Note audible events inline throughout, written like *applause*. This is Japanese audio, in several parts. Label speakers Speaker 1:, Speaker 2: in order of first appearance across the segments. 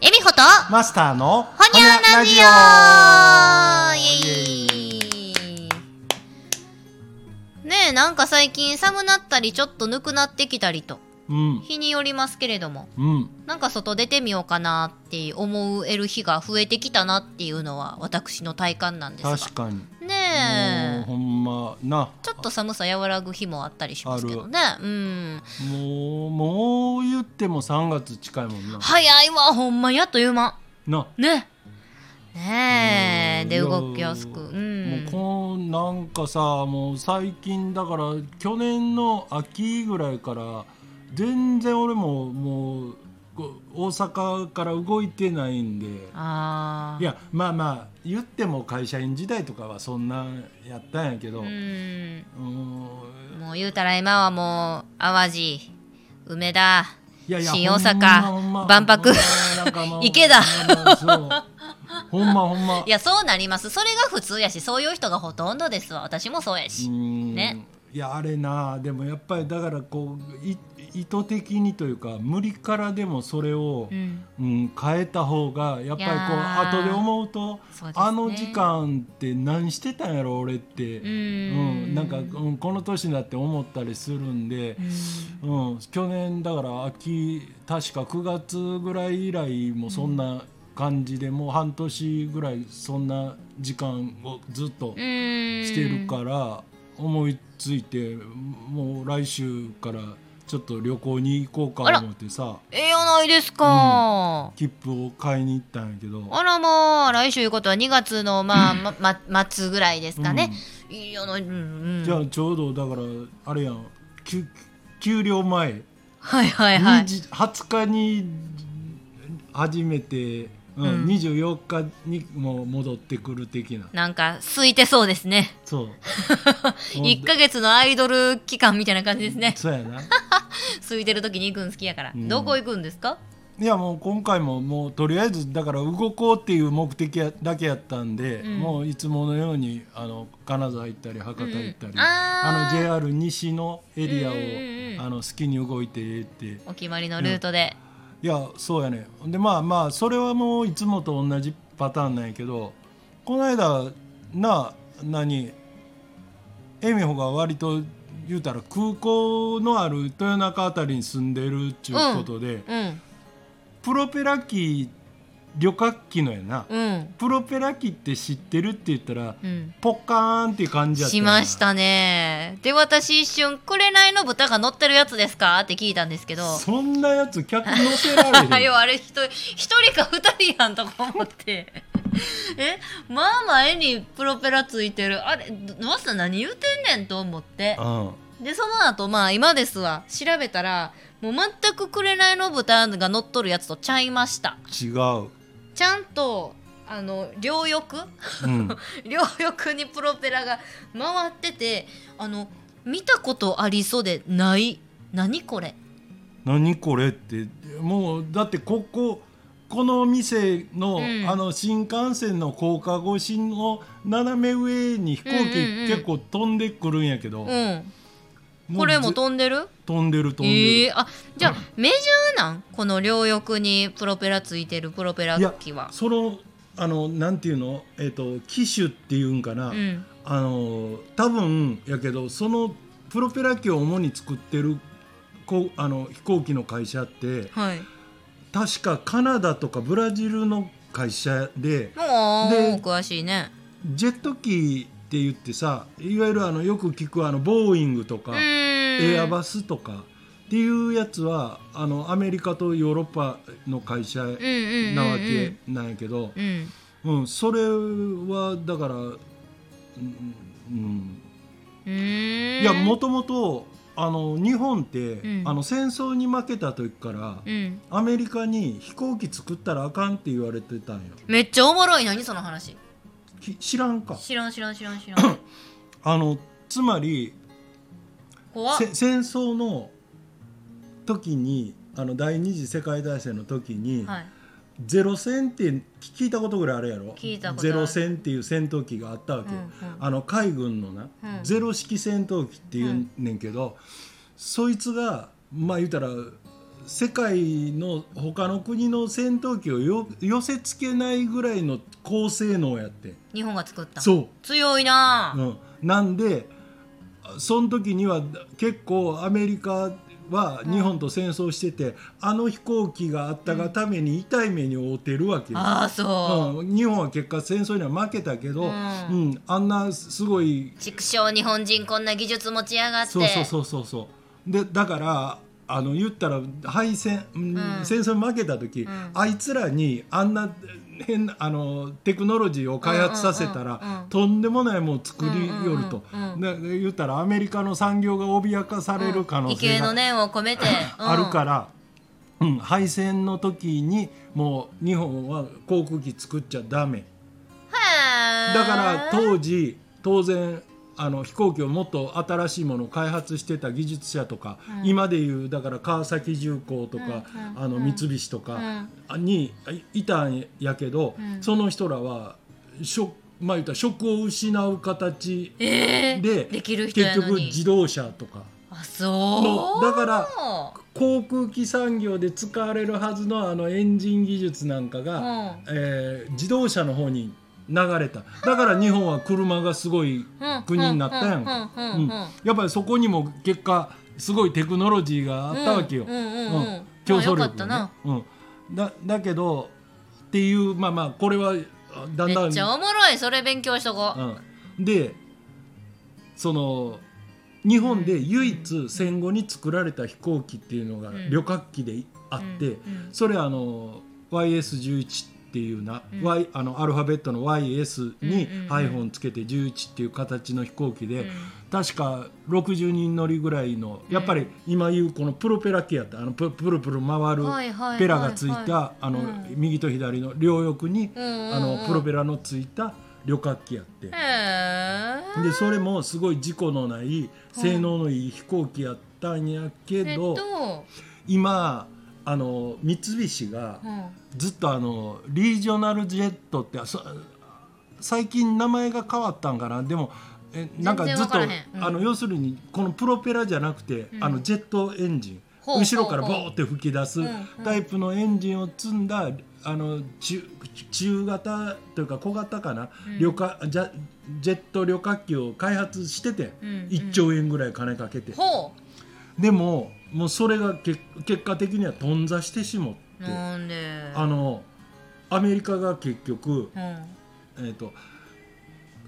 Speaker 1: と
Speaker 2: マスターの
Speaker 1: ほにゃラジオイエイねえ、なんか最近寒なったり、ちょっとぬくなってきたりと、
Speaker 2: うん
Speaker 1: 日によりますけれども、
Speaker 2: うん
Speaker 1: なんか外出てみようかなって思える日が増えてきたなっていうのは私の体感なんですが。
Speaker 2: 確かにもう
Speaker 1: ねえ、
Speaker 2: ほんまな
Speaker 1: ちょっと寒さ和らぐ日もあったりしますけどね。うん。
Speaker 2: もうもう言っても3月近いもんな
Speaker 1: 早いわ、ほんまやっという間。
Speaker 2: な
Speaker 1: ね。ねえ、で
Speaker 2: いや
Speaker 1: 動きやすく。うん。
Speaker 2: もうこんなんかさもう最近だから去年の秋ぐらいから全然俺ももうこ大阪から動いてないんで
Speaker 1: ああ。
Speaker 2: いやまあまあ言っても会社員時代とかはそんなんやったんやけど、う
Speaker 1: う
Speaker 2: ーん、
Speaker 1: ん。もう言うたら今はもう、淡路、梅田、
Speaker 2: いやいや
Speaker 1: 新大阪
Speaker 2: ほんまほんま
Speaker 1: 万博
Speaker 2: ほんまなんかもう
Speaker 1: 池田
Speaker 2: ほんまそうほんまほんま
Speaker 1: *laughs* いや、そうなります。それが普通やし、そういう人がほとんどですわ。私もそうやし。ね
Speaker 2: ねいやあれなでもやっぱりだからこうい意図的にというか無理からでもそれを、
Speaker 1: う
Speaker 2: う
Speaker 1: んん。
Speaker 2: 変えた方がやっぱりこう
Speaker 1: いやー
Speaker 2: 後で思うと
Speaker 1: そうですね
Speaker 2: あの時間って何してたんやろ俺って、
Speaker 1: うん
Speaker 2: うんなんか、うんこの年になって思ったりするんで
Speaker 1: う、ん
Speaker 2: うん去年だから秋確か9月ぐらい以来もそんな感じで、もう半年ぐらいそんな時間をずっと。
Speaker 1: うん。
Speaker 2: してるから思いついてもう来週からちょっと旅行に行こう
Speaker 1: あ
Speaker 2: から思ってさ
Speaker 1: ええやないですか。
Speaker 2: 切符を買いに行ったんやけど
Speaker 1: あらまあ、来週いうことは2月の、まあ、ま、ま、末ぐらいですかね。いいやない、うん、うん。
Speaker 2: じゃあちょうどだからあれやん給給料前、
Speaker 1: はいはいはい。
Speaker 2: 20 20日に初め
Speaker 1: う
Speaker 2: て、うん
Speaker 1: ん
Speaker 2: 24日にもう戻ってくる的な
Speaker 1: なんか、空いてそうですね。
Speaker 2: そう
Speaker 1: 1ヶ月のアイドル期間みたいな感じですね。
Speaker 2: そうやな
Speaker 1: 空いてる時に行くん好きやから。
Speaker 2: ん
Speaker 1: どこ行くんですか
Speaker 2: いやもう今回ももうとりあえずだから動こうっていう目的やだけやったんで、
Speaker 1: うん
Speaker 2: もういつものようにあの金沢行ったり博多行ったり、
Speaker 1: うんあ
Speaker 2: あ
Speaker 1: ー
Speaker 2: の JR 西のエリアを、
Speaker 1: うんうんうん
Speaker 2: あの好きに動いてってい
Speaker 1: お決まりのルートで。
Speaker 2: やそうやねでまあまあそれはもういつもと同じパターンなんやけどこの間な何恵美穂が割と言うたら空港のある豊中あたりに住んでるっちゅうことで。
Speaker 1: うん。
Speaker 2: プロペラ機旅客機のやな、
Speaker 1: うん。
Speaker 2: プロペラ機って知ってるって言ったら、
Speaker 1: うん。
Speaker 2: ポッカーンっていう感じやった
Speaker 1: し
Speaker 2: よな
Speaker 1: ましたね。で、私一瞬、紅の豚が乗ってるやつですかって聞いたんですけど。
Speaker 2: そんなやつ客乗
Speaker 1: *laughs*
Speaker 2: せられへん
Speaker 1: よ、あれ一人、一人か二人やんとか思って。 *laughs* え、まあまあ絵にプロペラついてる。あれ、マスター何言うてんねんと思って。
Speaker 2: うん
Speaker 1: で、その後、まあ今ですわ。調べたら、もう全く紅の豚が乗っとるやつとちゃいました。
Speaker 2: 違う、
Speaker 1: ちゃんと、あの、両翼 *laughs*
Speaker 2: うん、
Speaker 1: 両翼にプロペラが回っててあの見たことありそうでない何これ
Speaker 2: 何これってもうだってこここの店の,、
Speaker 1: うん
Speaker 2: あの新幹線の高架越しの斜め上に飛行
Speaker 1: うんうんうん
Speaker 2: 機結構飛んでくるんやけど、
Speaker 1: うん
Speaker 2: う
Speaker 1: これも
Speaker 2: ぜ
Speaker 1: 飛んでる
Speaker 2: 飛んでる飛んでる、
Speaker 1: ええー、あじゃあメジャーなんこの両翼にプロペラついてるプロペラ機は
Speaker 2: そのあのなんていうの、えっと機種っていうんかな、
Speaker 1: うん
Speaker 2: あの多分やけどそのプロペラ機を主に作ってるこあの飛行機の会社って
Speaker 1: はい
Speaker 2: 確かカナダとかブラジルの会社で
Speaker 1: もう
Speaker 2: で
Speaker 1: もう詳しいね
Speaker 2: ジェット機って言ってさいわゆるあのよく聞くあのボーイングとか、
Speaker 1: う
Speaker 2: エア
Speaker 1: ーん
Speaker 2: バスとかっていうやつはあのアメリカとヨーロッパの会社なわ
Speaker 1: うんうんうん
Speaker 2: けなんやけど。
Speaker 1: うん
Speaker 2: うん、それはだから、うんうん、
Speaker 1: うーん
Speaker 2: いやもともとあの日本って、
Speaker 1: ん
Speaker 2: あの戦争に負けた時から、
Speaker 1: うん
Speaker 2: アメリカに飛行機作ったらあかんって言われてたんよ
Speaker 1: めっちゃおもろい何その話
Speaker 2: き知らんか
Speaker 1: 知らん知らん知らん知ら
Speaker 2: *laughs*
Speaker 1: ん
Speaker 2: あのつまり
Speaker 1: 怖っ
Speaker 2: せ戦争の時にあの第二次世界大戦の時に、
Speaker 1: はい
Speaker 2: ゼロ戦って聞いたことぐらいあるやろ
Speaker 1: 聞いたことあ
Speaker 2: ゼ
Speaker 1: る
Speaker 2: ロ戦っていう戦闘機があったわけ、
Speaker 1: うんうん
Speaker 2: あの海軍のな、
Speaker 1: うん
Speaker 2: ゼロ式戦闘機っていうねんけど、そいつがまあ言うたら世界の他の国の戦闘機をよ寄せつけないぐらいの高性能やって
Speaker 1: 日本が作った
Speaker 2: そ
Speaker 1: 強いな
Speaker 2: う、
Speaker 1: ぁ、
Speaker 2: うん、なんでその時には結構アメリカは日本と戦争してて、あの飛行機があったがために痛い目に遭うてるわけよ、
Speaker 1: ああそう、
Speaker 2: うん、日本は結果戦争には負けたけど、
Speaker 1: う
Speaker 2: うんんあんなすごい
Speaker 1: 畜生日本人こんな技術持ちやがって
Speaker 2: そうそうそうそうそうでだからあの言ったら敗戦、うん
Speaker 1: うん
Speaker 2: 戦争に負けた時、
Speaker 1: ん
Speaker 2: あいつらにあんな変なあのテクノロジーを開発させたら、
Speaker 1: うんうんうん
Speaker 2: とんでもないものを作りよると、
Speaker 1: うんうんうん
Speaker 2: で言ったらアメリカの産業が脅かされる可能
Speaker 1: 畏敬
Speaker 2: 性
Speaker 1: の
Speaker 2: が
Speaker 1: 念を込めて、
Speaker 2: あるからら、うん敗戦の時にもう日本は航空機作っちゃダメ。だから当時当然あの飛行機をもっと新しいものを開発してた技術者とか、
Speaker 1: うん
Speaker 2: 今でいうだから川崎重工とか、
Speaker 1: うんうん
Speaker 2: あの
Speaker 1: うん
Speaker 2: 三菱と
Speaker 1: う
Speaker 2: か
Speaker 1: ん
Speaker 2: にいたんやけど、
Speaker 1: うん
Speaker 2: その人らはしょまあ言ったら職を失う形
Speaker 1: えー、
Speaker 2: で
Speaker 1: できる人や
Speaker 2: 結
Speaker 1: の
Speaker 2: 局
Speaker 1: に
Speaker 2: 自動車とか
Speaker 1: あ
Speaker 2: の
Speaker 1: そう
Speaker 2: だから航空機産業で使われるはずのあのエンジン技術なんかが、
Speaker 1: うん
Speaker 2: えー自動車の方に流れただから日本は車がすごい
Speaker 1: うん
Speaker 2: 国になったやんか
Speaker 1: うん
Speaker 2: う
Speaker 1: うん
Speaker 2: ん
Speaker 1: うん
Speaker 2: やっぱりそこにも結果すごいテクノロジーがあったわけよ、
Speaker 1: うんうんうんうん
Speaker 2: 競
Speaker 1: まあ
Speaker 2: 争
Speaker 1: よかっ
Speaker 2: 力
Speaker 1: た
Speaker 2: が、
Speaker 1: な
Speaker 2: ねうん、だだけどっていうまあまあこれはあだんだん
Speaker 1: めっちゃおもろいそれ勉強しとこう、
Speaker 2: うん、でその日本で唯一戦後に作られた飛行機っていうのが
Speaker 1: うん
Speaker 2: 旅客機であって、
Speaker 1: うんうん
Speaker 2: それあの YS11 っていうな、
Speaker 1: うん
Speaker 2: y、あのアルファベットの YS に
Speaker 1: うんうんうん
Speaker 2: ハイフォンつけて11っていう形の飛行機で、
Speaker 1: うん
Speaker 2: 確か60人乗りぐらいのやっぱり今言うこのプロペラ機やったあのププルプル回る
Speaker 1: はいはいはいはい
Speaker 2: ペラがついたあの
Speaker 1: うん
Speaker 2: 右と左の両翼に
Speaker 1: うんうんうん
Speaker 2: あのプロペラのついた旅客機やって。
Speaker 1: へえ
Speaker 2: でそれもすごい事故のない性能のいい飛行機やったんやけ
Speaker 1: えっ
Speaker 2: ど、
Speaker 1: と、
Speaker 2: 今あの三菱が
Speaker 1: うん
Speaker 2: ずっとあのリージョナルジェットってそ最近名前が変わったんかなでもえなんか
Speaker 1: 全
Speaker 2: ず
Speaker 1: 然
Speaker 2: っ
Speaker 1: わか
Speaker 2: と、
Speaker 1: らへんうん
Speaker 2: あの要するにこのプロペラじゃなくて、
Speaker 1: うん
Speaker 2: あのジェットエンジン
Speaker 1: ほうほう
Speaker 2: 後ろからボーって吹き出す
Speaker 1: うんうん
Speaker 2: タイプのエンジンを積んだあの中中型というか小型かな、
Speaker 1: うん
Speaker 2: 旅客ジャジェット旅客機を開発してて、
Speaker 1: うんうん
Speaker 2: 1兆円ぐらい金かけて、
Speaker 1: ほ
Speaker 2: でももうそれがけ結果的には頓挫してしもって。
Speaker 1: うなんで
Speaker 2: あのアメリカが結局、
Speaker 1: うん
Speaker 2: えー、と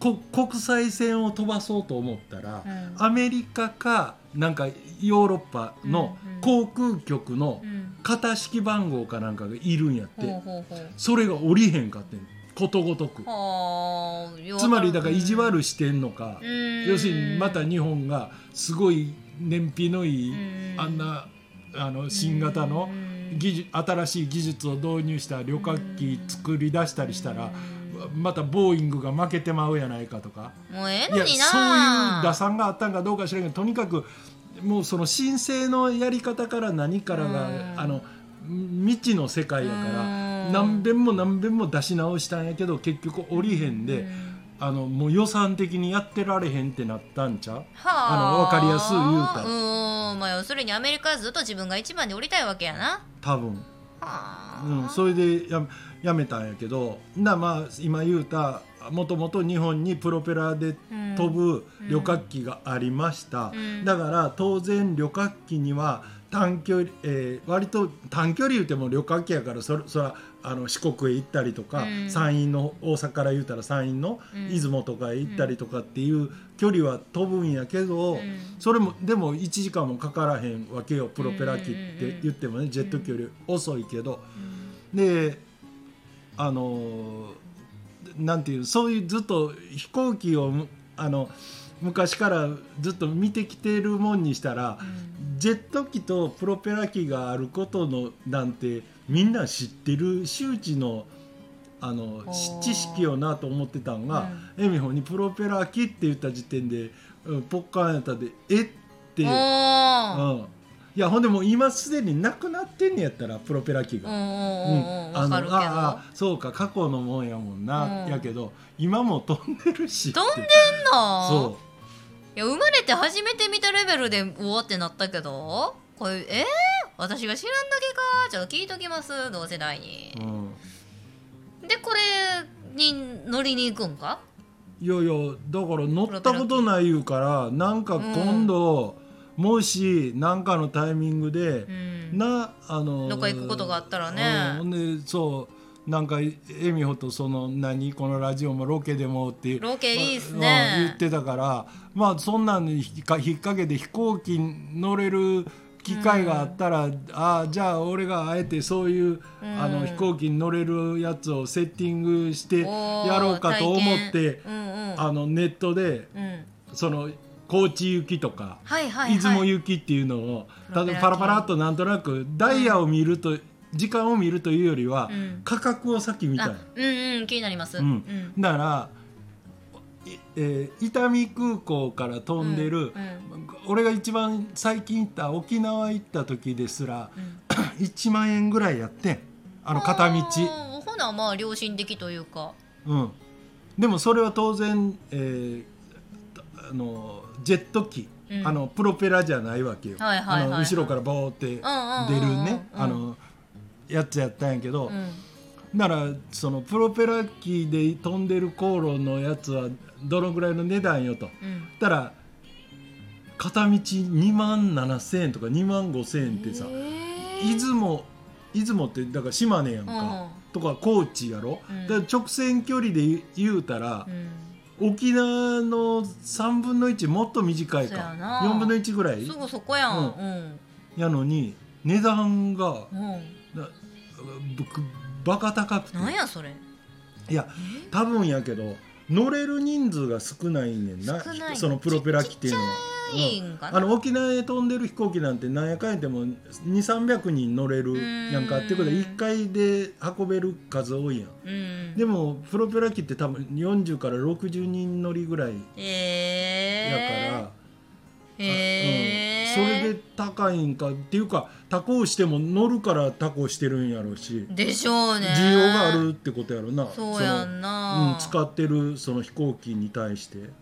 Speaker 2: こ国際線を飛ばそうと思ったら、
Speaker 1: うん
Speaker 2: アメリカかなんかヨーロッパの
Speaker 1: うんうん
Speaker 2: 航空局の
Speaker 1: うん
Speaker 2: 型式番号かなんかがいるんやって、
Speaker 1: ほうほうほう
Speaker 2: それが降りへんかってんことごとく、
Speaker 1: はあよ
Speaker 2: つまりだから意地悪してんのか、
Speaker 1: うん
Speaker 2: 要するにまた日本がすごい燃費のいい、
Speaker 1: うん
Speaker 2: あんなあの新型の、
Speaker 1: うん
Speaker 2: 技術新しい技術を導入した旅客機作り出したりしたらまたボーイングが負けてまうやないかとか
Speaker 1: もうええ
Speaker 2: い
Speaker 1: の
Speaker 2: や
Speaker 1: に
Speaker 2: そういう打
Speaker 1: な
Speaker 2: 算があったんかどうか知らんけどとにかくもうその申請のやり方から何から
Speaker 1: うん
Speaker 2: があの未知の世界やから
Speaker 1: うん
Speaker 2: 何遍も何遍も出し直したんやけど結局降りへんであのもう予算的にやってられへんってなったんちゃう
Speaker 1: は
Speaker 2: あのわかりやすい言うたら
Speaker 1: うんまあ要するにアメリカはずっと自分が一番で降りたいわけやな
Speaker 2: 多分。
Speaker 1: はあ
Speaker 2: うん、それでややめたんやけどなまあ今言うたもともと日本にプロペラで
Speaker 1: うん
Speaker 2: 飛ぶ旅客機がありました、
Speaker 1: うん
Speaker 2: だから当然旅客機には短距離、えー割と短距離言うても旅客機やからそれそらあの四国へ行ったりとか、
Speaker 1: うん
Speaker 2: 山陰の大阪から言うたら山陰の
Speaker 1: うん
Speaker 2: 出雲とかへ行ったりとかっていう距離は飛ぶんやけど、
Speaker 1: うん
Speaker 2: それもでも1時間もかからへんわけよプロペラ機って言ってもね、ジェット機より遅いけど。
Speaker 1: うん
Speaker 2: であのなんていうそういうずっと飛行機をむあの昔からずっと見てきてるもんにしたら、ジェット機とプロペラ機があることのなんてみんな知ってる周知のあの
Speaker 1: おー
Speaker 2: 知識よなと思ってたんが、エミホにプロペラ機って言った時点で、うん、ポッカーンやったでえって、
Speaker 1: お
Speaker 2: うん、
Speaker 1: ー
Speaker 2: いやほんでもう今すでになくなってんねやったらプロペラ機
Speaker 1: う
Speaker 2: が
Speaker 1: んう。ん
Speaker 2: う
Speaker 1: うんんうん
Speaker 2: あ
Speaker 1: わ
Speaker 2: の
Speaker 1: か
Speaker 2: あ
Speaker 1: るけど
Speaker 2: あそうか過去のもんやもんな、
Speaker 1: うん
Speaker 2: やけど今も飛んでるし
Speaker 1: 飛んで
Speaker 2: る
Speaker 1: んの
Speaker 2: そ
Speaker 1: いや生まれて初めて見たレベルでうわってなったけどこれえー、私が知らんだけかちょっと聞いときます同世代に
Speaker 2: う、ん
Speaker 1: でこれに乗りに行くんか
Speaker 2: いやいやだから乗ったことない言うからなんか今度、もし何かのタイミングで
Speaker 1: う、ん
Speaker 2: なあの
Speaker 1: どっか行くことがあったらね
Speaker 2: うんほんでそうなんか恵美穂とその何このラジオもロケでもって
Speaker 1: ロケいいっす
Speaker 2: まあ言
Speaker 1: ね
Speaker 2: ってたからまあそんなんに引っか引っ掛けて飛行機に乗れる機会があったら、ああじゃあ俺があえてそういう、あの飛行機に乗れるやつをセッティングしてや
Speaker 1: おー
Speaker 2: ろうかと思
Speaker 1: 体
Speaker 2: って
Speaker 1: 験、うんうん
Speaker 2: あのネットで
Speaker 1: うん
Speaker 2: その高知行きとか。
Speaker 1: はいはい、はい、
Speaker 2: 出雲行きっていうのを、
Speaker 1: プ
Speaker 2: た
Speaker 1: ロペラ
Speaker 2: だパラパラっとなんとなくダイヤを見ると、時間を見るというよりは、
Speaker 1: うん
Speaker 2: 価格をさっき見た
Speaker 1: あ
Speaker 2: の
Speaker 1: うんうん気になります、
Speaker 2: うんだから、いえー伊丹空港から飛んでる、
Speaker 1: うん
Speaker 2: 俺が一番最近行った沖縄行った時ですら、
Speaker 1: うん
Speaker 2: *coughs* 1万円ぐらいやってんあの片道、
Speaker 1: あーほなまあ良心的というか
Speaker 2: うん、でもそれは当然、えーあのジェット機、
Speaker 1: うん
Speaker 2: あのプロペラじゃないわけよ、
Speaker 1: はいはいはいはい
Speaker 2: あの後ろからボーって出るね、
Speaker 1: うんうんうんうん
Speaker 2: あのやつやったんやけど、
Speaker 1: うん
Speaker 2: ならそのプロペラ機で飛んでる航路のやつはどのぐらいの値段よと
Speaker 1: うん
Speaker 2: たら片道2万7,000円とか2万5,000円ってさ、出雲出雲ってだから島根やんか、とか高知やろ、
Speaker 1: うん
Speaker 2: だから直線距離で言うたら
Speaker 1: う、ん
Speaker 2: 沖縄の3分の1もっと短い
Speaker 1: そや
Speaker 2: か
Speaker 1: な
Speaker 2: 4分の1ぐら
Speaker 1: う
Speaker 2: い
Speaker 1: ん、すぐそこやんうん
Speaker 2: やのに値段が
Speaker 1: うん、
Speaker 2: なぶバカ高くて
Speaker 1: なんやそれ
Speaker 2: いや多分やけど乗れる人数が少ないねんな
Speaker 1: 少ない
Speaker 2: そのプロペラ機っていうのは。
Speaker 1: いいんか
Speaker 2: あ
Speaker 1: な、
Speaker 2: の沖縄へ飛んでる飛行機なんて何やかんやでも2300人乗れるやんか
Speaker 1: うん
Speaker 2: ってことで1回で運べる数多いやん
Speaker 1: うん
Speaker 2: でもプロペラ機って多分40から60人乗りぐらいやか
Speaker 1: ええ
Speaker 2: ら、あ
Speaker 1: ええ
Speaker 2: うん、それで高いんかっていうか他行しても乗るから他行してるんやろうし
Speaker 1: でしょうね
Speaker 2: 需要があるってことやろな
Speaker 1: そうやん
Speaker 2: そ
Speaker 1: な
Speaker 2: の、うん、使ってるその飛行機に対して、うん、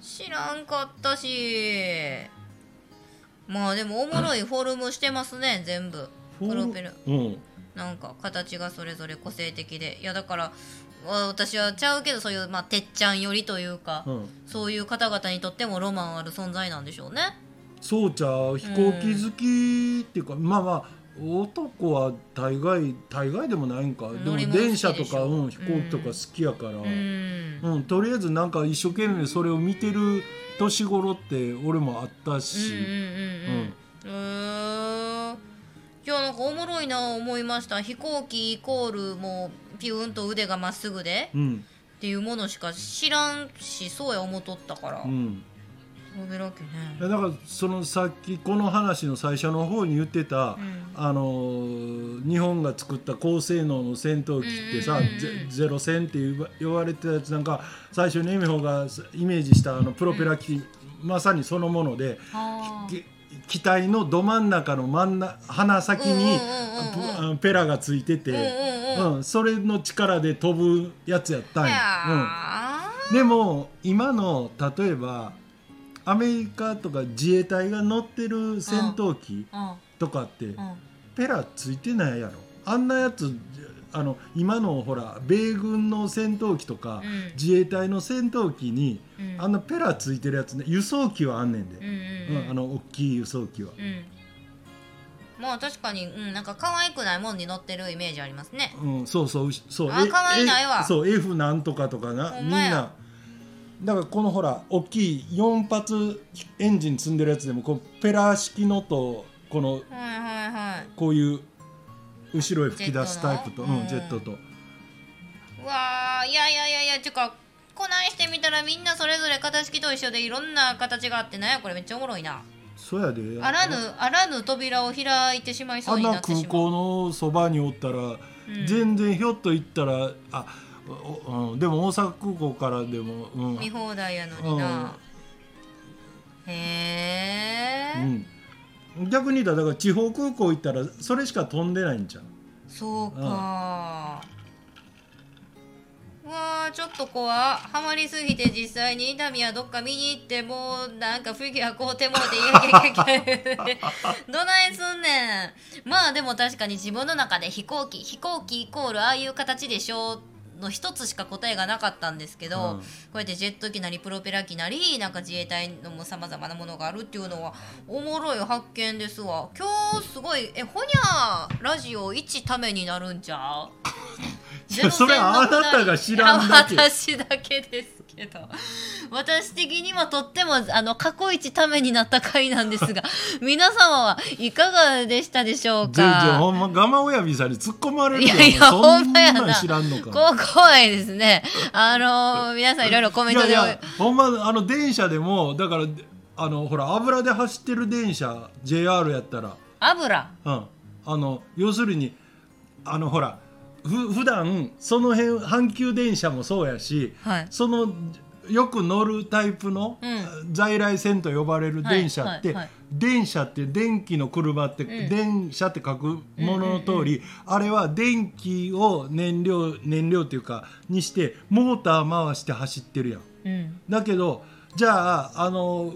Speaker 1: 知らんかったしまあでもおもろいフォルムしてますね、全部
Speaker 2: フォ
Speaker 1: プ
Speaker 2: ー
Speaker 1: ロペラ
Speaker 2: うん
Speaker 1: なんか形がそれぞれ個性的でいやだからわ私はちゃうけどそういう、まあ、てっちゃん寄りというか、
Speaker 2: うん
Speaker 1: そういう方々にとってもロマンある存在なんでしょうね
Speaker 2: そうちゃう飛行機好きっていうか、まあまあ男は大概大概でもないんかで
Speaker 1: 乗
Speaker 2: も
Speaker 1: り物好き
Speaker 2: 電車とか、
Speaker 1: でしょ
Speaker 2: うん、飛行機とか好きやから、
Speaker 1: うん、
Speaker 2: うん、とりあえずなんか一生懸命それを見てる年頃って俺もあった
Speaker 1: うん
Speaker 2: し、
Speaker 1: うんうんうんうんいやなんかおもろいな思いました飛行機イコールもうピューンと腕がまっすぐで
Speaker 2: うんうん
Speaker 1: っていうものしか知らんしそうや思っとったから、そうべらけね
Speaker 2: *laughs* だからそのさっきこの話の最初の方に言ってた、
Speaker 1: ん
Speaker 2: あのー日本が作った高性能の戦闘機ってさ、
Speaker 1: うんうんうんうん
Speaker 2: ゼゼロ戦って言わ言われてたやつなんか最初にエミホがイメージしたあのプロペラ機、まさにそのもので、
Speaker 1: あー
Speaker 2: き機体のど真ん中の真んな鼻先
Speaker 1: うんうんう
Speaker 2: に
Speaker 1: んうん
Speaker 2: ぷあのペラがついてて。
Speaker 1: うんうんうん
Speaker 2: うん、それの力で飛ぶやつやったん
Speaker 1: いや
Speaker 2: や、
Speaker 1: ー
Speaker 2: うん、でも今の例えばアメリカとか自衛隊が乗ってる戦闘機
Speaker 1: うん
Speaker 2: とかって
Speaker 1: うん
Speaker 2: ペラついてないやろあんなやつあの今のほら米軍の戦闘機とか、
Speaker 1: うん
Speaker 2: 自衛隊の戦闘機に
Speaker 1: うん
Speaker 2: あんなペラついてるやつね輸送機はあんねん
Speaker 1: う
Speaker 2: で、
Speaker 1: ん
Speaker 2: うん
Speaker 1: うん
Speaker 2: あの大きい輸送機は、
Speaker 1: うんまあ確かに、うん、なんか可愛くないもんに乗ってるイメージありますね
Speaker 2: うん、そうそうそう
Speaker 1: あ
Speaker 2: え
Speaker 1: 可愛いないわ
Speaker 2: えそう F なんとかとかな
Speaker 1: ほ
Speaker 2: み
Speaker 1: ん
Speaker 2: ん
Speaker 1: まや
Speaker 2: なだからこのほら大きい4発エンジン積んでるやつでもこうペラ式のとこの
Speaker 1: はいはいはい
Speaker 2: こういう後ろへ吹き出すタイプと
Speaker 1: ジェットの
Speaker 2: うんジェットと
Speaker 1: うわーいやいやいやいやちゅうかこないしてみたらみんなそれぞれ形式と一緒でいろんな形があってなんやこれめっちゃおもろいな
Speaker 2: そうやで
Speaker 1: あらぬあらぬ扉を開いてしまいそ
Speaker 2: あ
Speaker 1: うんにな
Speaker 2: な
Speaker 1: って
Speaker 2: 空
Speaker 1: しまう
Speaker 2: 港のそばにおったら、
Speaker 1: ん
Speaker 2: 全然ひょっと行ったらあ、おうん、でも大阪空港からでも、うん
Speaker 1: 見放題やのにな、へえ、
Speaker 2: うん、逆に言ったらだから地方空港行ったらそれしか飛んでないんじゃん
Speaker 1: そうかうわわーちょっと怖ハマりすぎて実際に伊丹はどっか見に行ってもうなんかフィギュア買うてもうていやいやいやいやいやどないすんねんまあでも確かに自分の中で飛行機飛行機イコールああいう形でしょの一つしか答えがなかったんですけど、
Speaker 2: うん
Speaker 1: こうやってジェット機なりプロペラ機なりなんか自衛隊のもさまざまなものがあるっていうのはおもろい発見ですわ今日すごいえほにゃーラジオ1ためになるんちゃう
Speaker 2: いやそれはあなたが知らんだけ
Speaker 1: いや私だけですけど私的にはとってもあの過去一ためになった回なんです
Speaker 2: *laughs*
Speaker 1: が皆様はいかがでしたでしょう
Speaker 2: 全然
Speaker 1: か
Speaker 2: ほんまガマ親父さんに突っ込まれるよ
Speaker 1: いやいや
Speaker 2: そ
Speaker 1: ほん
Speaker 2: ん
Speaker 1: まやな
Speaker 2: なん知らんの
Speaker 1: こ
Speaker 2: か
Speaker 1: う怖いですねあのー皆さんいろいろコメントで
Speaker 2: いやいやほんまあの電車でもだからあのほら油で走ってる電車 JR やったら、
Speaker 1: 油
Speaker 2: うん、あの要するにあのほらふ普段その辺阪急電車もそうやし
Speaker 1: はい
Speaker 2: そのよく乗るタイプの、
Speaker 1: うん
Speaker 2: 在来線と呼ばれる電車って、
Speaker 1: はいはいはい
Speaker 2: 電車って電気の車って、
Speaker 1: ん
Speaker 2: 電車って書くものの通り、あれは電気を燃料燃料っていうかにしてモーター回して走ってるやん。
Speaker 1: うん
Speaker 2: だけどじゃああの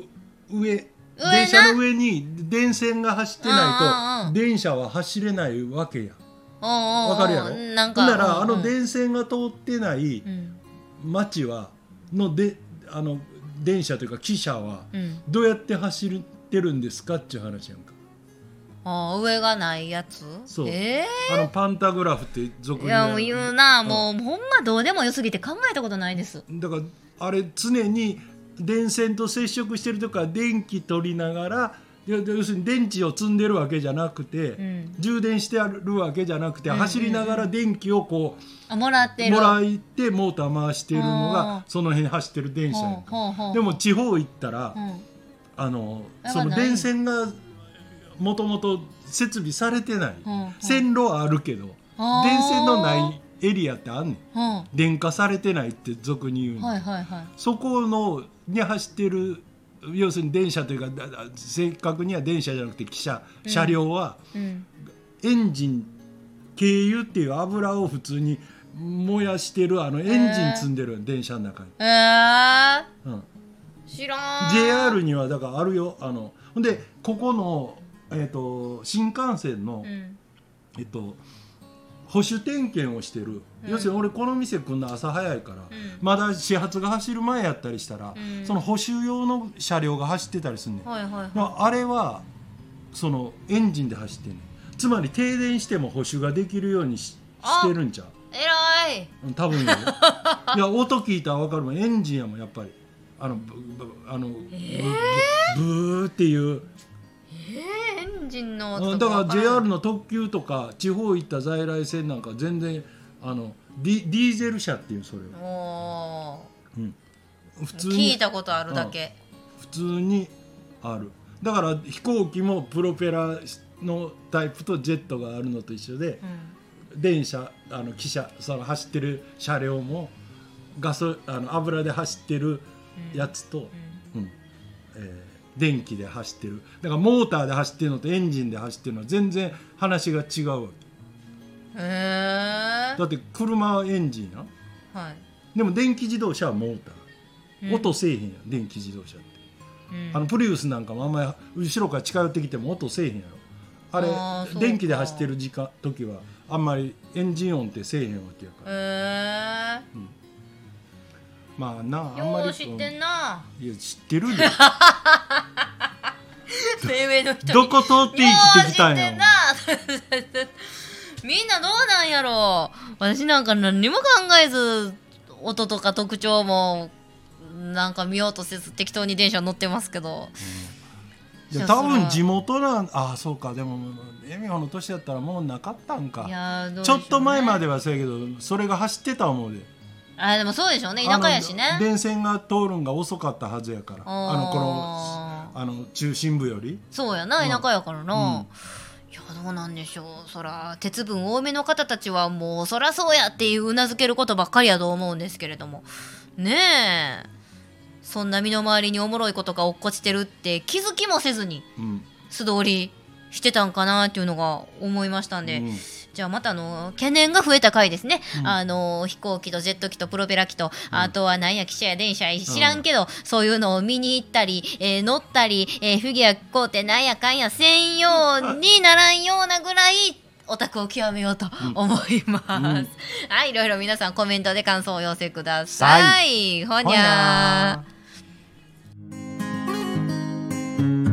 Speaker 2: 上
Speaker 1: な
Speaker 2: 電車の上に電線が走って
Speaker 1: うんうん
Speaker 2: な
Speaker 1: う
Speaker 2: い
Speaker 1: ん
Speaker 2: と電車は走れないわけや
Speaker 1: おうおうおう
Speaker 2: わかるやろ
Speaker 1: なんか
Speaker 2: ほんなら
Speaker 1: う
Speaker 2: あ
Speaker 1: んうん
Speaker 2: の電線が通ってな
Speaker 1: う
Speaker 2: い
Speaker 1: ん
Speaker 2: 町はのであの電車というか汽車は
Speaker 1: うん
Speaker 2: どうやって走ってるんですかっていう話やんか
Speaker 1: あー上がないやつ
Speaker 2: そう
Speaker 1: えー
Speaker 2: あのパンタグラフって俗
Speaker 1: い
Speaker 2: に
Speaker 1: や
Speaker 2: ね
Speaker 1: もう言うなもうほんまどうでもよすぎて考えたことないです
Speaker 2: だからあれ常に電線と接触してるとか電気取りながらいや要するに電池を積んでるわけじゃなくて、
Speaker 1: ん
Speaker 2: 充電してあるわけじゃなくて、
Speaker 1: うんうんうん
Speaker 2: 走りながら電気をこ
Speaker 1: あもらって
Speaker 2: う
Speaker 1: る
Speaker 2: もらいてモーター回してるの
Speaker 1: あ
Speaker 2: が
Speaker 1: ー
Speaker 2: その辺走ってる電車やんか
Speaker 1: ほうほうほう
Speaker 2: でも地方行ったら、
Speaker 1: うん
Speaker 2: あの
Speaker 1: やっぱ
Speaker 2: その
Speaker 1: ない
Speaker 2: 電線がもともと設備されてない、
Speaker 1: うんうん
Speaker 2: 線路はあるけど
Speaker 1: あー
Speaker 2: 電線のないエリアってあんねん
Speaker 1: うんは
Speaker 2: 電化されてないって俗に言うねん
Speaker 1: いはいはい
Speaker 2: そこのに走ってる要するに電車というかだだ正確には電車じゃなくて汽車
Speaker 1: うん
Speaker 2: 車両は
Speaker 1: うん
Speaker 2: エンジン軽油っていう油を普通に燃やしてるあのエンジン積んでるよ電車の中に、
Speaker 1: えー
Speaker 2: うん、
Speaker 1: 知らん
Speaker 2: JR にはだからあるよあのほんでここの、えー、と新幹線の、
Speaker 1: うん
Speaker 2: えっと保守点検をしてる、
Speaker 1: うん
Speaker 2: 要するに俺この店来るの朝早いから、
Speaker 1: ん
Speaker 2: まだ始発が走る前やったりしたら、
Speaker 1: うん
Speaker 2: その補修用の車両が走ってたりすんねん、
Speaker 1: はいはいはい
Speaker 2: だからあれはそのエンジンで走ってんねんつまり停電しても補修ができるようにし
Speaker 1: あ
Speaker 2: してるんちゃう
Speaker 1: えらい
Speaker 2: うん多
Speaker 1: *laughs*
Speaker 2: 分よいや音聞いたら分かるもんエンジンやもんやっぱりあのブブあの、ブブーっていう
Speaker 1: えーエンジンの
Speaker 2: うん
Speaker 1: 音
Speaker 2: だ
Speaker 1: と
Speaker 2: か
Speaker 1: わ
Speaker 2: ら
Speaker 1: ん
Speaker 2: JR の特急とか地方行った在来線なんか全然あのディディーゼル車っていうそれは、
Speaker 1: お
Speaker 2: うん、普
Speaker 1: ー
Speaker 2: 通
Speaker 1: 聞
Speaker 2: に
Speaker 1: いたことあるだけ
Speaker 2: 普通にあるだから飛行機もプロペラのタイプとジェットがあるのと一緒で
Speaker 1: うん
Speaker 2: 電車あの汽車その走ってる車両もガソあの油で走ってるやつと、うんえー電気で走ってるだからモーターで走ってるのとエンジンで走ってるのは全然話が違うわけ。
Speaker 1: へえ
Speaker 2: だって車はエンジンやん
Speaker 1: はい
Speaker 2: でも電気自動車はモーター、
Speaker 1: うん
Speaker 2: 音せえへんやん電気自動車って、
Speaker 1: うん
Speaker 2: あのプリウスなんかもあんまり後ろから近寄ってきても音せえへんやろ
Speaker 1: あ
Speaker 2: あ
Speaker 1: ーそうか
Speaker 2: れ電気で走ってる時間時はあんまりエンジン音ってせえへんわけやから、
Speaker 1: へ
Speaker 2: まあなあ
Speaker 1: え
Speaker 2: あんま
Speaker 1: よ
Speaker 2: り
Speaker 1: う知ってんな *laughs*
Speaker 2: うんいや知ってるで
Speaker 1: 生命の人に
Speaker 2: どこ通って生きてきたんや
Speaker 1: よ
Speaker 2: ん
Speaker 1: う知ってんな *laughs* みんなどうなんやろ私なんか何にも考えず音とか特徴もなんか見ようとせず適当に電車乗ってますけど
Speaker 2: いや多分地元なんああそうかでもエミホの年やったらもうなかったんか、
Speaker 1: いやーどうでし
Speaker 2: ち
Speaker 1: ょう
Speaker 2: ょ
Speaker 1: ね
Speaker 2: っと前まではそうやけどそれが走ってた思うで
Speaker 1: あーでもそうでしょうね田舎やし
Speaker 2: あ
Speaker 1: ね
Speaker 2: の電線が通るんが遅かったはずやから
Speaker 1: あ
Speaker 2: あのこの
Speaker 1: の
Speaker 2: あの中心部より
Speaker 1: そうやな
Speaker 2: うん
Speaker 1: 田舎やからな、
Speaker 2: うん
Speaker 1: いやどうなんでしょうそら鉄分多めの方たちはもうそらそうやっていううなずけることばっかりやと思うんですけれどもねえそんな身の回りにおもろいことが落っこちてるって気づきもせずに
Speaker 2: うん
Speaker 1: 素通りしてたんかなっていうのが思いましたんで、
Speaker 2: うん
Speaker 1: ちじゃあまたあの懸念が増えた回ですね、
Speaker 2: うん
Speaker 1: あの飛行機とジェット機とプロペラ機と、あとはなんや汽車や電車や知らんけど、そういうのを見に行ったり、えー乗ったり、えーフィギュア買うてなんやかんやせんようにならんようなぐらいオタクを極めようと思います、
Speaker 2: うん
Speaker 1: はいいろいろ皆さんコメントで感想をお寄せください、ほにゃー
Speaker 2: ー